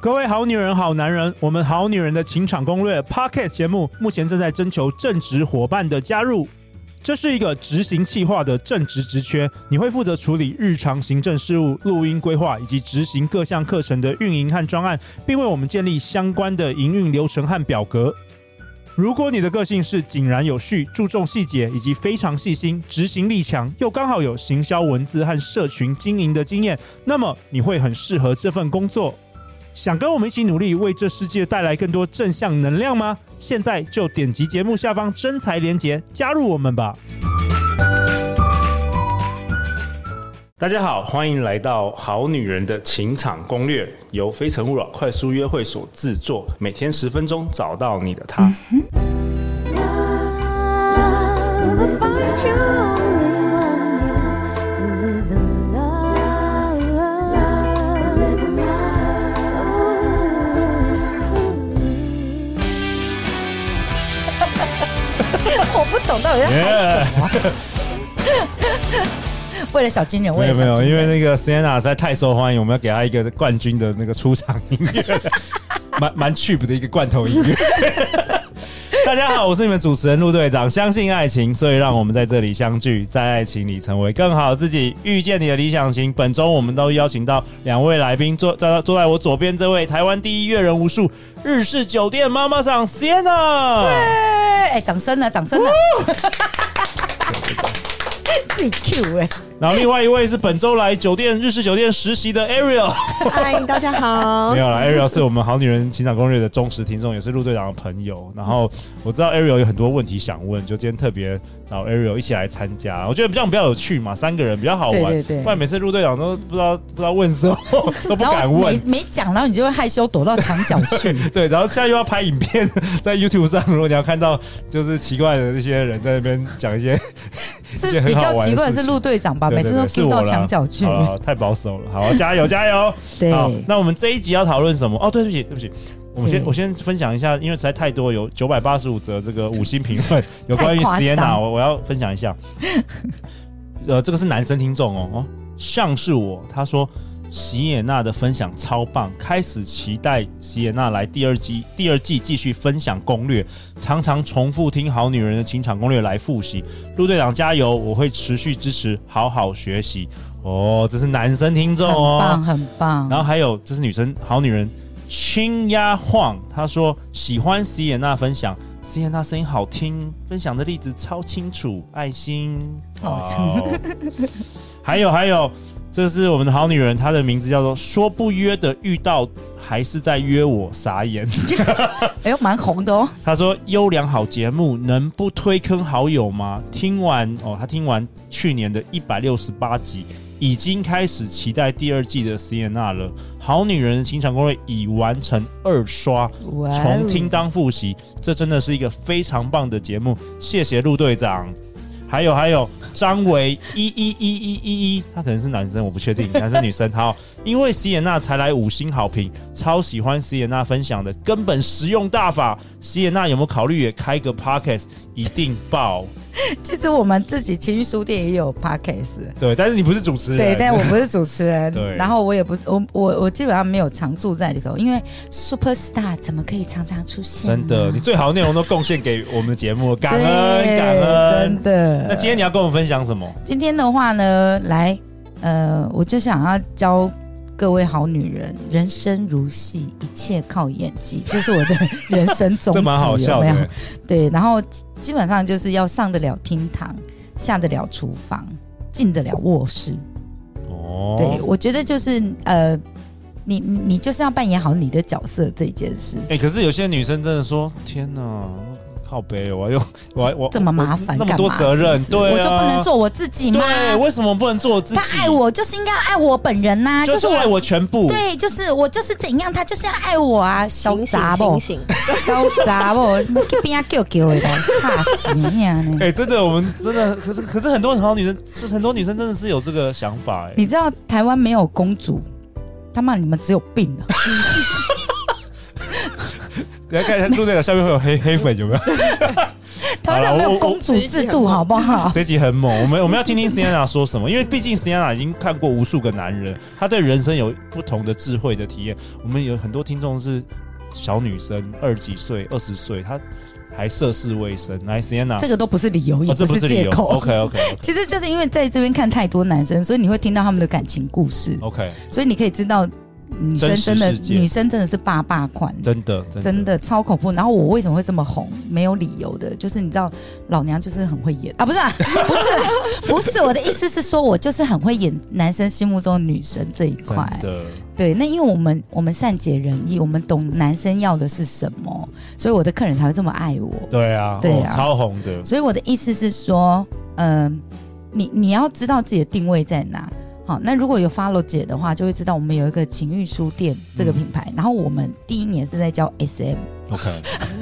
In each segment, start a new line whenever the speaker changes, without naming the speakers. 各位好女人、好男人，我们《好女人的情场攻略》Podcast 节目目前正在征求正职伙伴的加入。这是一个执行企划的正职职缺，你会负责处理日常行政事务、录音规划以及执行各项课程的运营和专案，并为我们建立相关的营运流程和表格。如果你的个性是井然有序、注重细节以及非常细心、执行力强，又刚好有行销文字和社群经营的经验，那么你会很适合这份工作。想跟我们一起努力，为这世界带来更多正向能量吗？现在就点击节目下方真才连结，加入我们吧！
大家好，欢迎来到《好女人的情场攻略》，由非诚勿扰快速约会所制作，每天十分钟，找到你的他。
Love will find you only one you live in love, live in love.
我不懂到底在为了小金人，
没
为
有
了
没
小
有，
金
因
人，
为那个 Sienna 实在太受欢迎，我们要给她一个冠军的那个出场音乐，蛮蛮 cheap 的一个罐头音乐。 大家好，我是你们主持人陆队长。相信爱情，所以让我们在这里相聚，在爱情里成为更好的自己，遇见你的理想型。本周我们都邀请到两位来宾，坐坐坐在我左边这位台湾第一阅人无数日式酒店妈妈桑 Sienna。
哎、哎掌声了，掌声了，
哦
自己 Q 哎、
然后另外一位是本周来酒店日式酒店实习的 Ariel。
嗨，大家好
没。有啦，Ariel 是我们好女人情场攻略的忠实听众，也是陆队长的朋友。然后
嗯
我知道 Ariel 有很多问题想问，就今天特别找 Ariel 一起来参加，我觉得这样比较有趣嘛，三个人比较好玩。
对对对
不然每次陆队长都不知道不知道问什 么，都不
然
敢
后没
问。
没讲，然后你就会害羞躲到墙角 去。
对，然后现在又要拍影片， 在 YouTube 上，如果你要看到就是奇怪的那些人在那边讲一些
是比较奇怪的是陆队长吧，
对
啊每
对
次
对
都
是
Q
我
到
啦
墙角去
好。了太保守了。好，加油加油！
对，
好，那我们这一集要讨论什么？哦，对不起，对不起，我们先
对
我先分享一下，因为实在太多，有九百八十五则这个五星评论， 有关于
太夸张
Sienna，我我要分享一 下。呃，这个是男生听众哦，哦，像是我，他说席也娜的分享超棒，开始期待席也娜来第二季，第二季继续分享攻略，常常重复听《好女人的情场攻略》来复习。陆队长加油，我会持续支持，好好学习。哦，这是男生听众
很
哦，
棒，很棒。
然后还有这是女生好女人青鸭晃，她说喜欢席妍娜分享，席妍娜声音好听，分享的例子超清楚，爱心。
好
哦、还有还有，这是我们的好女人，她的名字叫做说不约的遇到还是在约我，傻眼。
哎呦，蛮红的哦。
他说：“优良好节目，能不推坑好友吗？”听完哦，他听完去年的一百六十八集，已经开始期待第二季的 C N R 了。好女人的情场攻略已完成二刷，
哇哦
重听当复习，这真的是一个非常棒的节目，谢谢陆队长。还有还有，张维一一一一一一，他可能是男生，我不确定， 男生女生。好，因为席也娜才来五星好评，超喜欢席也娜分享的根本实用大法。席也娜有没有考虑也开个 podcast？一定爆。
其实我们自己情绪书店也有 podcast，
对，但是你不是主持人，
对，但我不是主持人
对，
然后我也不是我我我基本上没有常住在里头，因为 super star 怎么可以常常出现呢？
真的，你最好的内容都贡献给我们的节目，感
对
恩感恩
真。的。
那今天你要跟我们分享什么？
今天的话呢，来，呃，我就想要教各位好女人，人生如戏，一切靠演技，这是我的人生宗旨，
这蛮好笑
有没
的欸
有？，对，然后基基本上就是要上得了厅堂，下得了厨房，进得了卧室。
哦
对，我觉得就是呃，你你你就是要扮演好你的角色这件事。
哎、可是有些女生真的说：“天哪，靠北，我又我还我
这么麻烦
我那
干嘛？
么多责任，
是不是
对、啊，
我就不能做我自己吗？
对，为什么不能做我自己？
他爱，我就是应该要爱我本人呐、
就是
我
爱我全部。
对，就是我就是怎样，他就是要爱我啊，小
醒
杂
醒
不
醒，醒！
小杂不，你去边啊叫叫的，差死你啊
哎、
你！
真的，我们真的，可是可是很多很好女生，是很多女生真的是有这个想法、哎，
你知道台湾没有公主，他妈你们只有 病啊！
等一下看一下陆队长下面会有黑黑粉有没有？
他台湾才
好
没有
了我
公主制度，好不好？
这集很猛，我们我们要听听 Sienna 说什么，因为毕竟 Sienna 已经看过无数个男人，她对人生有不同的智慧的体验。我们有很多听众是小女生，二十几岁、二十岁，她还涉世未深。来，Sienna，
这个都不是理由，也
哦，这
不
不
是
是理
借
由。
口。
OK OK
其实就是因为在这边看太多男生，所以你会听到他们的感情故事，
OK，
所以你可以知道女
哦
生
真实
真的
世界
女生真的是霸霸款，
真的真的
真的超恐怖。然后我为什么会这么红？没有理由的，就是你知道，老娘就是很会演啊，不是、啊，不是，不是，我的意思是说，我就是很会演男生心目中女神这一块。
真的
对，那因为我们我们善解人意，我们懂男生要的是什么，所以我的客人才会这么爱我。
对啊，
对啊
哦超红的，
所以我的意思是说，嗯、你你要知道自己的定位在哪。好，那如果有 follow 姐的话，就会知道我们有一个情欲书店这个
嗯
品牌，然后我们第一年是在教 SM，
OK，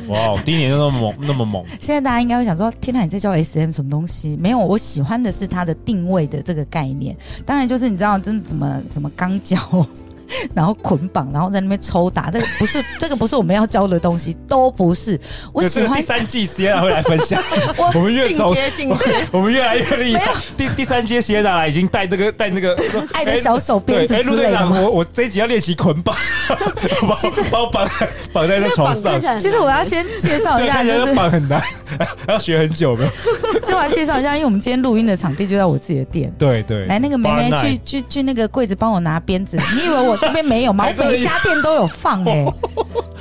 哇，第一年就那么猛，那么猛，
现在大家应该会想说，天哪，你在教 SM 什么东西？没有，我喜欢的是它的定位的这个概念。当然，就是你知道，真的怎么怎么钢脚， 然后捆绑，然后在那边抽打，这个不是 这个不是我们要教的东西，都不是。我
就
喜
是
欢
第三季 Sienna 会来分享，
我
我们越
进
哦
走，
阶进阶，
我们越来越厉害。第第三阶 Sienna 来已经带这个带那个
爱的小手
对
辫，子
哎，
之
陆
类
队
的
长，
吗？
我我这一集要练习捆绑， 把
其实
把我绑绑在这床上
看起。来很
其实我要先介绍一
对，
下，
看起来
就
这
是
绑很难，还要学很久的。
就我要介绍一下，因为我们今天录音的场地就在我自己的店。
对对，
来，那个妹妹
Bar
去
night，
去去那个柜子帮我拿鞭子，你以为我这边没 有吗？
还
我
真的
每一家店都有放哎、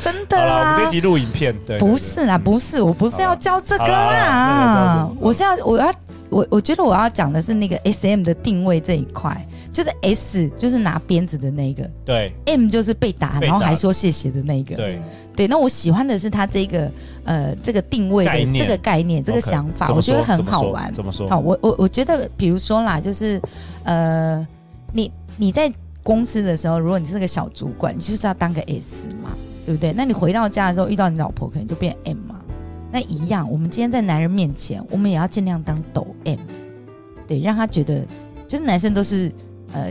真的
好了，我
啊
们这。集录影片，对，对
不，是啦，不是，我不是要教这个
好啦好啦那个叫什
啦
么，
我是要我要我我觉得我要讲的是那个 S M 的定位这一块，就是 S 就是拿鞭子的那个
对
，M 就是被打
被打
然后还说谢谢的那
对
个。
对，
对，那我喜欢的是他这个呃这个定位
概
的
念
这个概念这个
OK，
想法，
怎
我
么
觉
说
得很好玩。
怎么说？
好，我我我觉得，比如说啦，就是呃，你你在公司的时候，如果你是个小主管，你就是要当个 S 嘛，对不对？那你回到家的时候遇到你老婆，可能就变 M 嘛。那一样，我们今天在男人面前，我们也要尽量当抖 M，对，让他觉得就是男生都是呃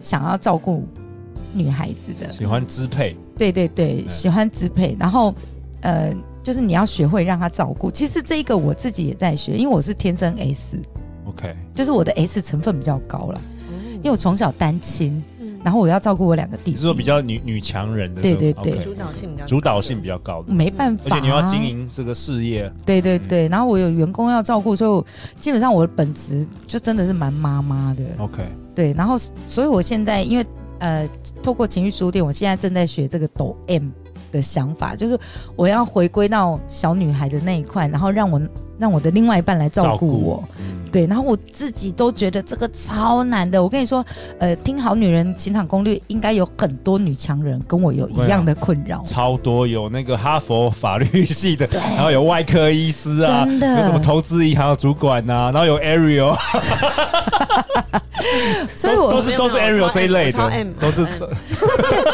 想要照顾女孩子的，
喜欢支配，
对对对，
嗯
喜欢支配，然后呃，就是你要学会让他照顾。其实这一个我自己也在学，因为我是天生 S。
OK，
就是我的 S 成分比较高了，因为
为
我从小单亲，
嗯
然后我要照顾我两个弟
你是说
弟，
比较女女强人的
对
那种，
对嗯
OK
对
主导性比较
主导性比较高的，
没办
而
法、啊
且你要经，营嗯这个事业，
对对对，然后我有员工要照顾，所以我基本上我的本职就真的是蛮妈妈的，
OK，
对，然后所以我现在因为呃，透过情绪书店，我现在正在学这个抖 M 的想法，就是我要回归到小女孩的那一块，然后让我让我的另外一半来照顾我，，
嗯，
对，然后我自己都觉得这个超难的。我跟你说，呃，听好女人情场攻略，应该有很多女强人跟我有一样的困扰，
超多有那个哈佛法律系的，然后有外科医师啊，
真的
有什么投资银行的主管呐、啊，然后有 Ariel，
所以
都
我
都是都是
没有没有
Ariel 这一类
我超
的
M，
都是
我超 M
嗯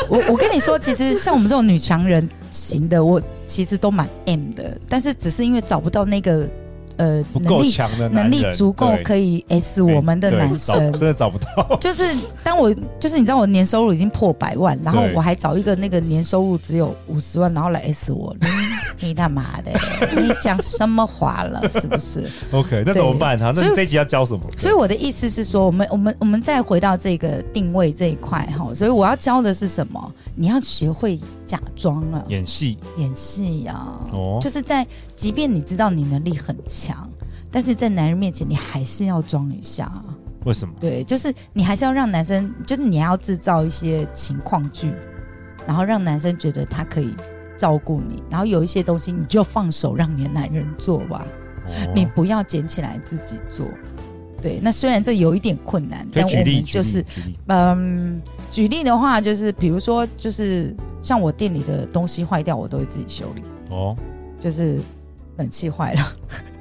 我我跟你说，其实像我们这种女强人型的，我其实都蛮 M 的，但是只是因为找不到那个呃
不
能
够
力
强的男
能
人，
力足够
对
可以 S 我们的
对
男
找
生
真。的找不到，
就是当我就是你知道我年收入已经破百万，然后
对
我还找一个那个年收入只有五十万，然后来 S 我，你 你他妈的，你讲什么话了是 不是？
OK，那
对
怎么办啊哈？那
所以
你这一集要教什么？
所以我的意思是说，我们我们我们再回到这个定位这一块哈，所以我要教的是什么？你要学会假装啊
对，演戏
演戏啊，
哦
就是在即便你知道你能力很强，但是在男人面前你还是要装一下啊。
为什么？
对，就是你还是要让男生，就是你还要制造一些情况剧，然后让男生觉得他可以照顾你，然后有一些东西你就放手让你的男人做吧，
哦
你不要捡起来自己做。对，那虽然这有一点困难，
可以
但
举
我
例，
们
举
就
例
是
举例
嗯，举例的话，就是比如说，就是像我店里的东西坏掉，我都会自己修理，
哦，
就是冷气坏了，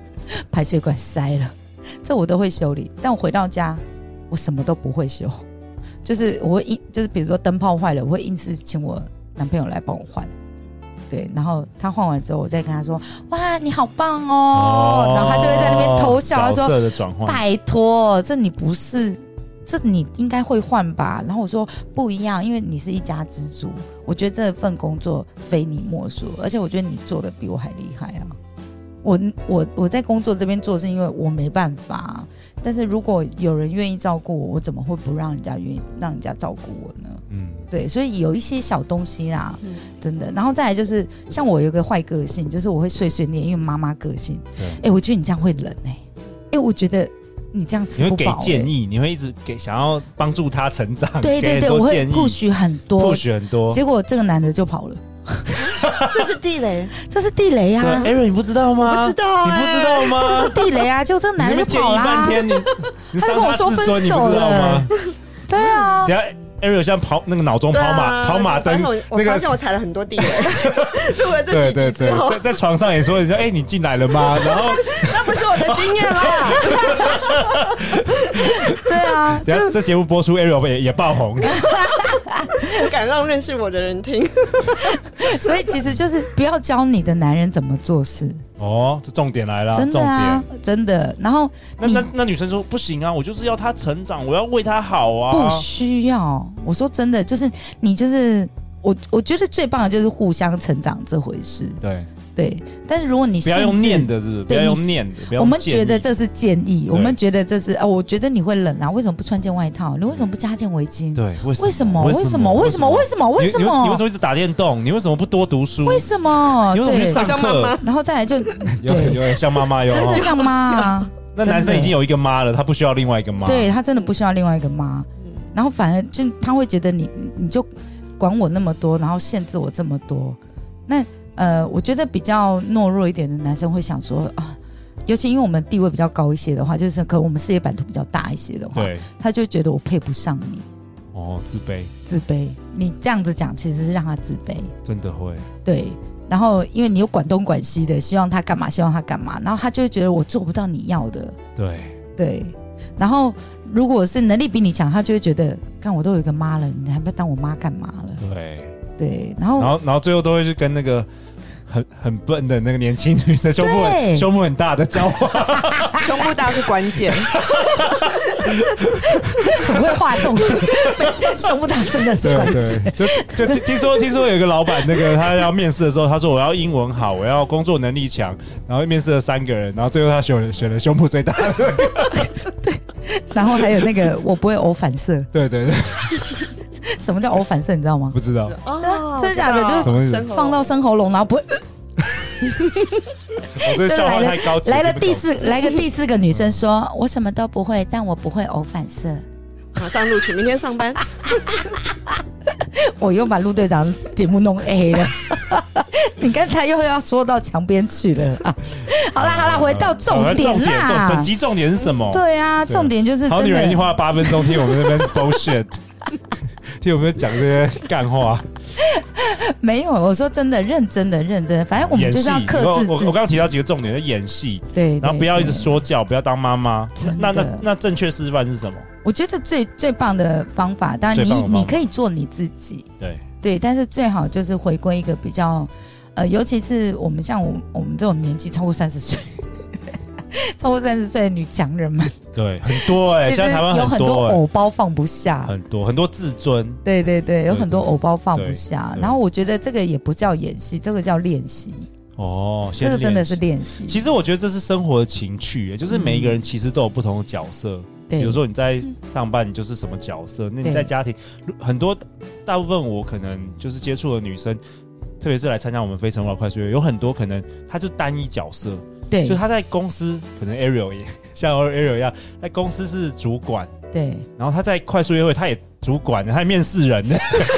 排水管塞了，这我都会修理。但我回到家，我什么都不会修，就是我会硬，就是比如说灯泡坏了，我会硬是请我男朋友来帮我换。对，然后他换完之后，我再跟他说：“哇，你好棒哦！”然后他就会在那边偷笑，他
角
说：“
色的转换，
拜托，这你不是，这你应该会换吧？然后我说不一样，因为你是一家之主，我觉得这份工作非你莫属，而且我觉得你做的比我还厉害啊。我我我在工作这边做是因为我没办法啊、但是如果有人愿意照顾我，我怎么会不让人家愿意让人家照顾我呢？
嗯，
对，所以有一些小东西啦，
嗯
真的。然后再来就是，像我有一个坏个性，就是我会碎碎念，因为妈妈个性。
对
哎、我觉得你这样会冷哎、哎、我觉得你这样
你
吃
会
不
给
饱、
建
哎
议，你会一直给想要帮助他成长，
对对
给很
对，
多
我会
建议
push 很多，
push 很多。
结果这个男的就跑了，
这是地雷，
这是地雷
对
啊！
，Aaron 你不知道
我
吗？
知道
你
哎、
不知道
这
吗
是？地雷啊！就这
你
个
那
男
边
的就
建
跑
议半
啦、
天， 你你
他就
伤
跟我
他
说
自尊，
分
你
手
不知道吗
了？对 啊，
等下 Aaron 像跑那个脑中跑马跑马灯
啊对啊，我
那
我
个
发现我踩了很多 地雷，录了这
对
几集
对
之
对，
后
在，在床上也说人家哎你进来了吗？ 然后
那不是我的经 验啦。
对啊，
等下这节目播出，Ariel 也也爆 红，
不敢让认识我的人听。
所以其实就是不要教你的男人怎么做事，
哦，这重点来了，
真
重
的
点
啊。，真的。然后
那
你
那那女生说不行啊，我就是要她成长，我要为她好啊。
不需要。我说真的，就是你就是我，我觉得最棒的就是互相成长这回事。
对，
对，但是如果你
不要
限
用
制
念，的，是不是？不
对
要
你
用念的，不要用
我们
建议
觉得这是建议，
对
我们觉得这是哦，我觉得你会冷啊，为什么不穿件外套？你为什么不加件围巾？
对，
为
为
什么？为什么？为什么？为什么？为什
你你你为
么
什？么一直打电动？你为什么不多读书？
为什么？
你为什么去
对，
上哎课？
然后 再来就
有
对
有有像妈妈有
真
哦
的，像妈啊，
那男生已经有一个妈了，他不需要另外一个妈。
对他真的不需要另外一个妈。然后反而就他会觉得你你就管我那么多，然后限制我这么多。那呃，我觉得比较懦弱一点的男生会想说啊，尤其因为我们地位比较高一些的话，就是可能我们事业版图比较大一些的话，
对，
他就觉得我配不上你，
哦，自卑
自卑。你这样子讲，其实是让他自卑。
真的会，
对。然后，因为你又管东管西的，希望他干嘛，希望他干嘛，然后他就会觉得我做不到你要的，
对，
对，然后如果是能力比你强，他就会觉得，看我都有一个妈了，你还不要当我妈干嘛了？
对。
哦对，然后
然后然后最后都会去跟那个很很笨的那个年轻女生，胸部
对
很胸部很大的交 往，
胸部大是关键，
很会画 重点，胸部大真的是关键。，
就就听说听说有一个老板，那个他要面试的时候，他说我要英文好，我要工作能力强，然后面试了三个人，然后最后他选了选了胸部最大的，
然后还有那个我不会偶反射，
对对对，
什么叫偶反射？你知道吗？
不知道，
哦
真的假的
我知道
就是
什么意思
生活
放到生喉咙，然后不会
我这个笑话太高级，
来了
听不懂
第，四来个第四个女生说，我什么都不会，但我不会偶反射。
马上录取，明天上 班。
我又把陆队长节目弄 A 了， 你看他又要说到墙边去了啊！好啦好啦，回到重点
好重
啦
重。本集重点是什么？
对啊，
哦对
重点就是
好
真
女人已经
的，
花了八分钟听我们那边 bullshit，听我们讲这些干话，
没有我说真的，认真的，认真的，反正我们
演
就
戏。
是要克
我
制
我
自
我刚刚提
己，
到几个重点，就演戏，
对，
然后
对
不要一直。
对
说教，不要当妈妈
真。
那那
的
那正确示范是什么？
我觉得最最棒的方法，当然
最
你
棒的方法
你可以做你自己，
对，
对，但是最好就是回归一个比较，呃，尤其是我们像我我们这种年纪超过三十岁， 超过三十岁的女强人们，
对，很多哎、
其
现
实
在台湾
有
很
很多
多哎、
偶包放不下。
很多很多自尊，
对对对，有
对
很多
对
偶包放不
对
下。
对
然后我觉得这个也不叫演戏，这个叫练习，
哦，
这个
先
真的
练
是
习。
练习。
其实我觉得这是生活的情趣、哎就是每一个人其实都有不同的角色。
对，
比如说你在上班，你就是什么角色；那你
对
在家庭，如很多大部分我可能就是接触的女生，特别是来参加我们《非诚勿扰》快速约，有很多可能她就单一角色，
对
就她在公司可能 Ariel 也 像 Ariel 一样，在公司是主管，
对
然后他在快速约会，他也主管，他也面试人，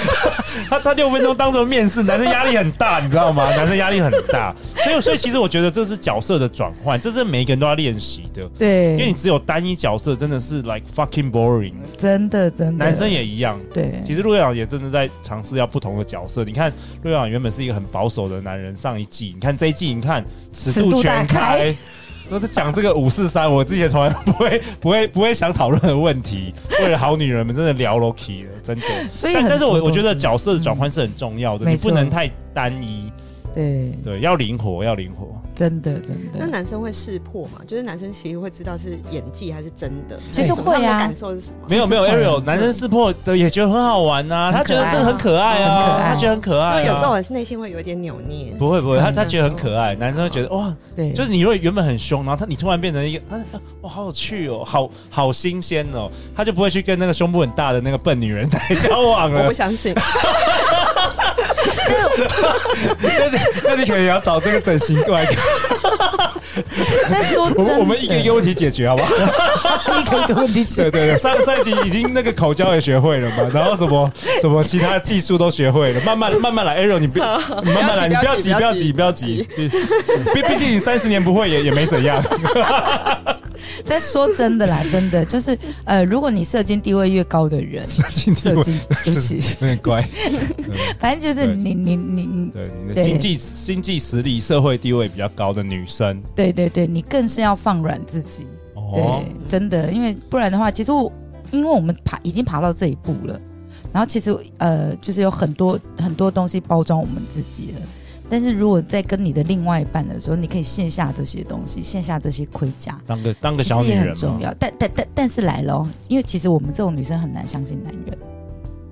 他他六分钟当成面试，男生压力很大，你知道吗？男生压力很大，所以所以其实我觉得这是角色的转换，这是每一个人都要练习的，因为你
对，
只有单一角色真的是 like fucking boring，
真的真的，
男生也一样。
嗯对，
其实陆队长也真的在尝试要不同的角色。你看，陆队长原本是一个很保守的男人，上一季你看这一季，你看尺
尺度
度
大
全
开
开，都在讲这个五四三，我之前从来不会不会不会想讨论的问题，为了好女人们真的聊 l o k 了，真的。
所以
但
很
但是
多
我
都
我觉得角色的转换是很重要的，
嗯
你
没错
不能太单一，
对
对，要灵活，要灵活。
真的真
那
的。
男生会识破嘛？就是男生其实会知道是演技还是真的。
其实
什么他们
会啊
的感受是什么？
没有没有，Ariel 男生识破的也觉得很好玩呐、啊，他
很
觉
可
得这很可爱
爱啊
啊，
很可爱
他觉得很可爱、啊。
因为有时候我内心会有一点扭捏。
不会不会，他他
嗯
觉得很可爱，男生会觉得哇，
对，
就是你如果原本很凶，然后他你突然变成一个，他哇好有趣哦，好好新鲜哦，他就不会去跟那个胸部很大的那个笨女人在交往
我
了
不。相信，
那你那你可能也要找这个整形过来，
但说
我
真的，
们我们一个一个问题解决好不好？
一个一个问 题
对
解
对对，上上一集已经那个口交也学会了嘛，然后什 么什么其他技术都学会了，慢慢慢慢来，Arrow 你 不你慢慢来，你不
不
要
要
急
急
不
不
要
要
急
急
不要急，毕毕竟你三十年不会也也没怎 样，
但说真的啦，真的就是呃，如果你射精地位越高的人，射精就是，
有点乖。
反正就是你你你你，
对你的
对
经济经济实力、社会地位比较高的女生，
对对对，你更是要放软自己。
哦
对，，真的，因为不然的话，其实我因为我们爬已经爬到这一步了，然后其实呃，就是有很多很多东西包装我们自己了。但是如果在跟你的另外一半的时候，你可以卸下这些东西，卸下这些盔甲，
当个当个
其
小
实
女
也很
人
重
嘛。
要。但但但但是来了哦，因为其实我们这种女生很难相信男人，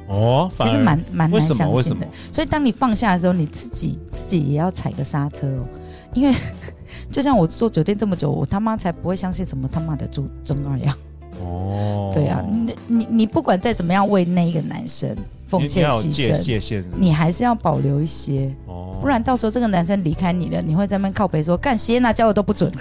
哦，
其
反
实
而
蛮蛮
为
难
什么
相
为什
信
么
的。所以当你放下的时候，你自己自己也要踩个刹车哦，因为 就像我做酒店这么久，我他妈才不会相信什么他妈的猪真爱呀。
哦，
对啊，你你你不管再怎么样为那一个男生奉
你你
献
要有
牺
界
牲，
界限是不是
你还是要保留一些，
哦，
不然到时候这个男生离开你了，你会在那边靠北说干谢娜教的都不准，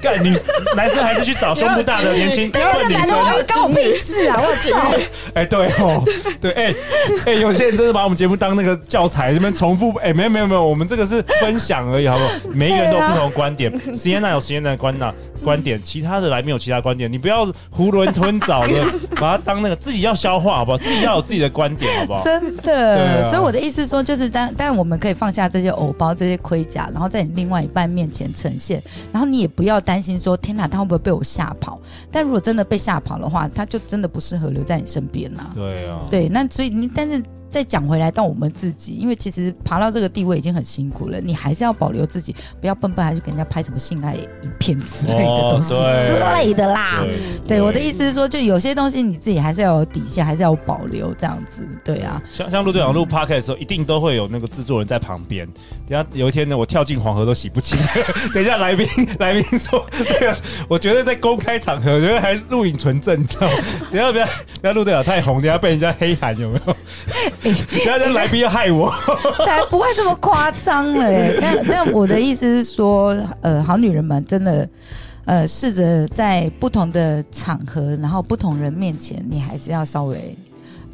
干你男生还是去找胸部大的年 轻
不要
笨女
男的
生
我。
会关我屁事啊！我操，
哎，对哦，对，哎 哎，有些人真的把我们节目当那个教材，这边重复。哎，没有没有没有，我们这个是分享而已，好不好？每一个人都有不同的观点。实验那有实验的观那观点，其他的来宾有其他观点，你不要囫囵吞枣的把它当那个自己要消化，好不好？自己要有自己的观点，好不好？
真
对啊
的。所以我的意思是说，就是当当我们可以放下这些偶包、这些盔甲，然后在你另外一半面前呈现，然后你也不要担心说天哪，他会不会被我吓跑？但如果真的被吓跑的话，他就真的不适合留在你身边呐、
对啊，
对，那所以你，但是再讲回来到我们自己，因为其实爬到这个地位已经很辛苦了，你还是要保留自己，不要笨笨还去给人家拍什么性爱影片之类的东西、
哦
之类的啦。
对
对我的意思是说，就有些东西你自己还是要有底线，还是要有保留这样子。对 啊，
像像陆队长录 p o d c a s t 的时候，一定都会有那个制作人在旁边。等一下有一天呢，我跳进黄河都洗不清。等一下来宾来宾说，这个我觉得在公开场合，我觉得还录影存证，你知道吗？等一下不要，等一下陆队长太红，等一下被人家黑喊有没有？等一下这来宾要害我。
才不会这么夸张嘞。但但我的意思是说，呃，好女人们真的。呃，试着在不同的场合，然后不同人面前，你还是要稍微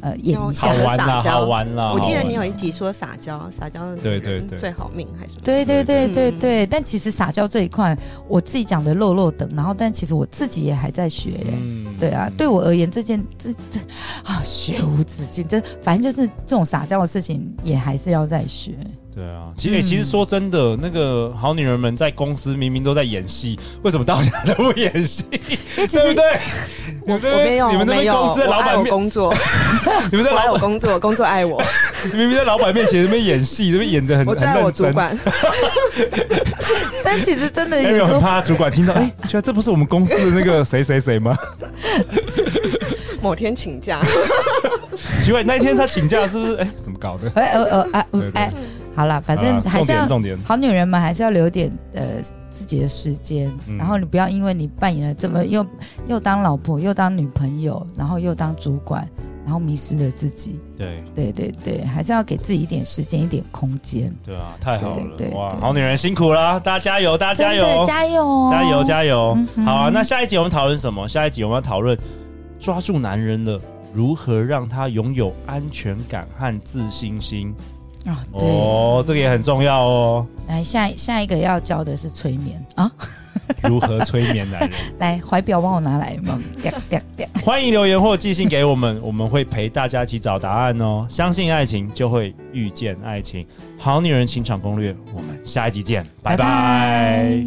呃演一
好
下
要。
玩啦，
撒娇
好玩啦！
我记得
好玩
你有一集说撒娇，撒娇的女
啊对对
人
对
最好命还是什么？
对对
对
对
对
对
嗯
对，但其实撒娇这一块，我自己讲的漏漏等，然后但其实我自己也还在学耶、
嗯
对啊，对我而言，这件这这啊，学无止境。这反正就是这种撒娇的事情，也还是要再学。
对啊，其
嗯
实、欸其实说真的，那个好女人们在公司明明都在演戏，为什么大家都不演戏？
因为其
对不
实
对？我
我没有，
你们
我
那
没
边
有，
公司的
我
老
爱
板
我
面，
工作，
你们在
我爱
老
我
板，
工作，工作爱我，
你们在老板面前那边演戏，那边演的很
我
很
最爱我
认
主
真。
管。
但其实真的
艾
有
瑞
时
很
候，
怕主管听到，哎，觉得这不是我们公司的那个谁谁谁吗？
某天请假，
奇怪，那一天他请假是不是？哎，怎么搞的？
哎呃呃哎
对对
哎，好了，反
好
正
啦
还
重
是要
点重点，
好女人们还是要留点呃自己的时间，
嗯
然后你不要因为你扮演了这么又又当老婆又当女朋友，然后又当主管，然后迷失了自己。
对
对对对，还是要给自己一点时间，一点空间。
对啊，太好了
对对
哇！
对
好女人辛苦啦，大家加油，大家加
真的
油，
加油哦，
加油，加油
嗯！哼
好啊，那下一集我们讨论什么？下一集我们要讨论抓住男人了，如何让他拥有安全感和自信心。
哦！对，
哦，这个也很重要哦。
来下下一个要教的是催眠啊！
如何催眠男人？
来，怀表帮我拿来嘛，掉掉掉。
欢迎留言或寄信给我们，我们会陪大家一起找答案哦。相信爱情，就会遇见爱情。好女人情场攻略，我们下一集见，拜拜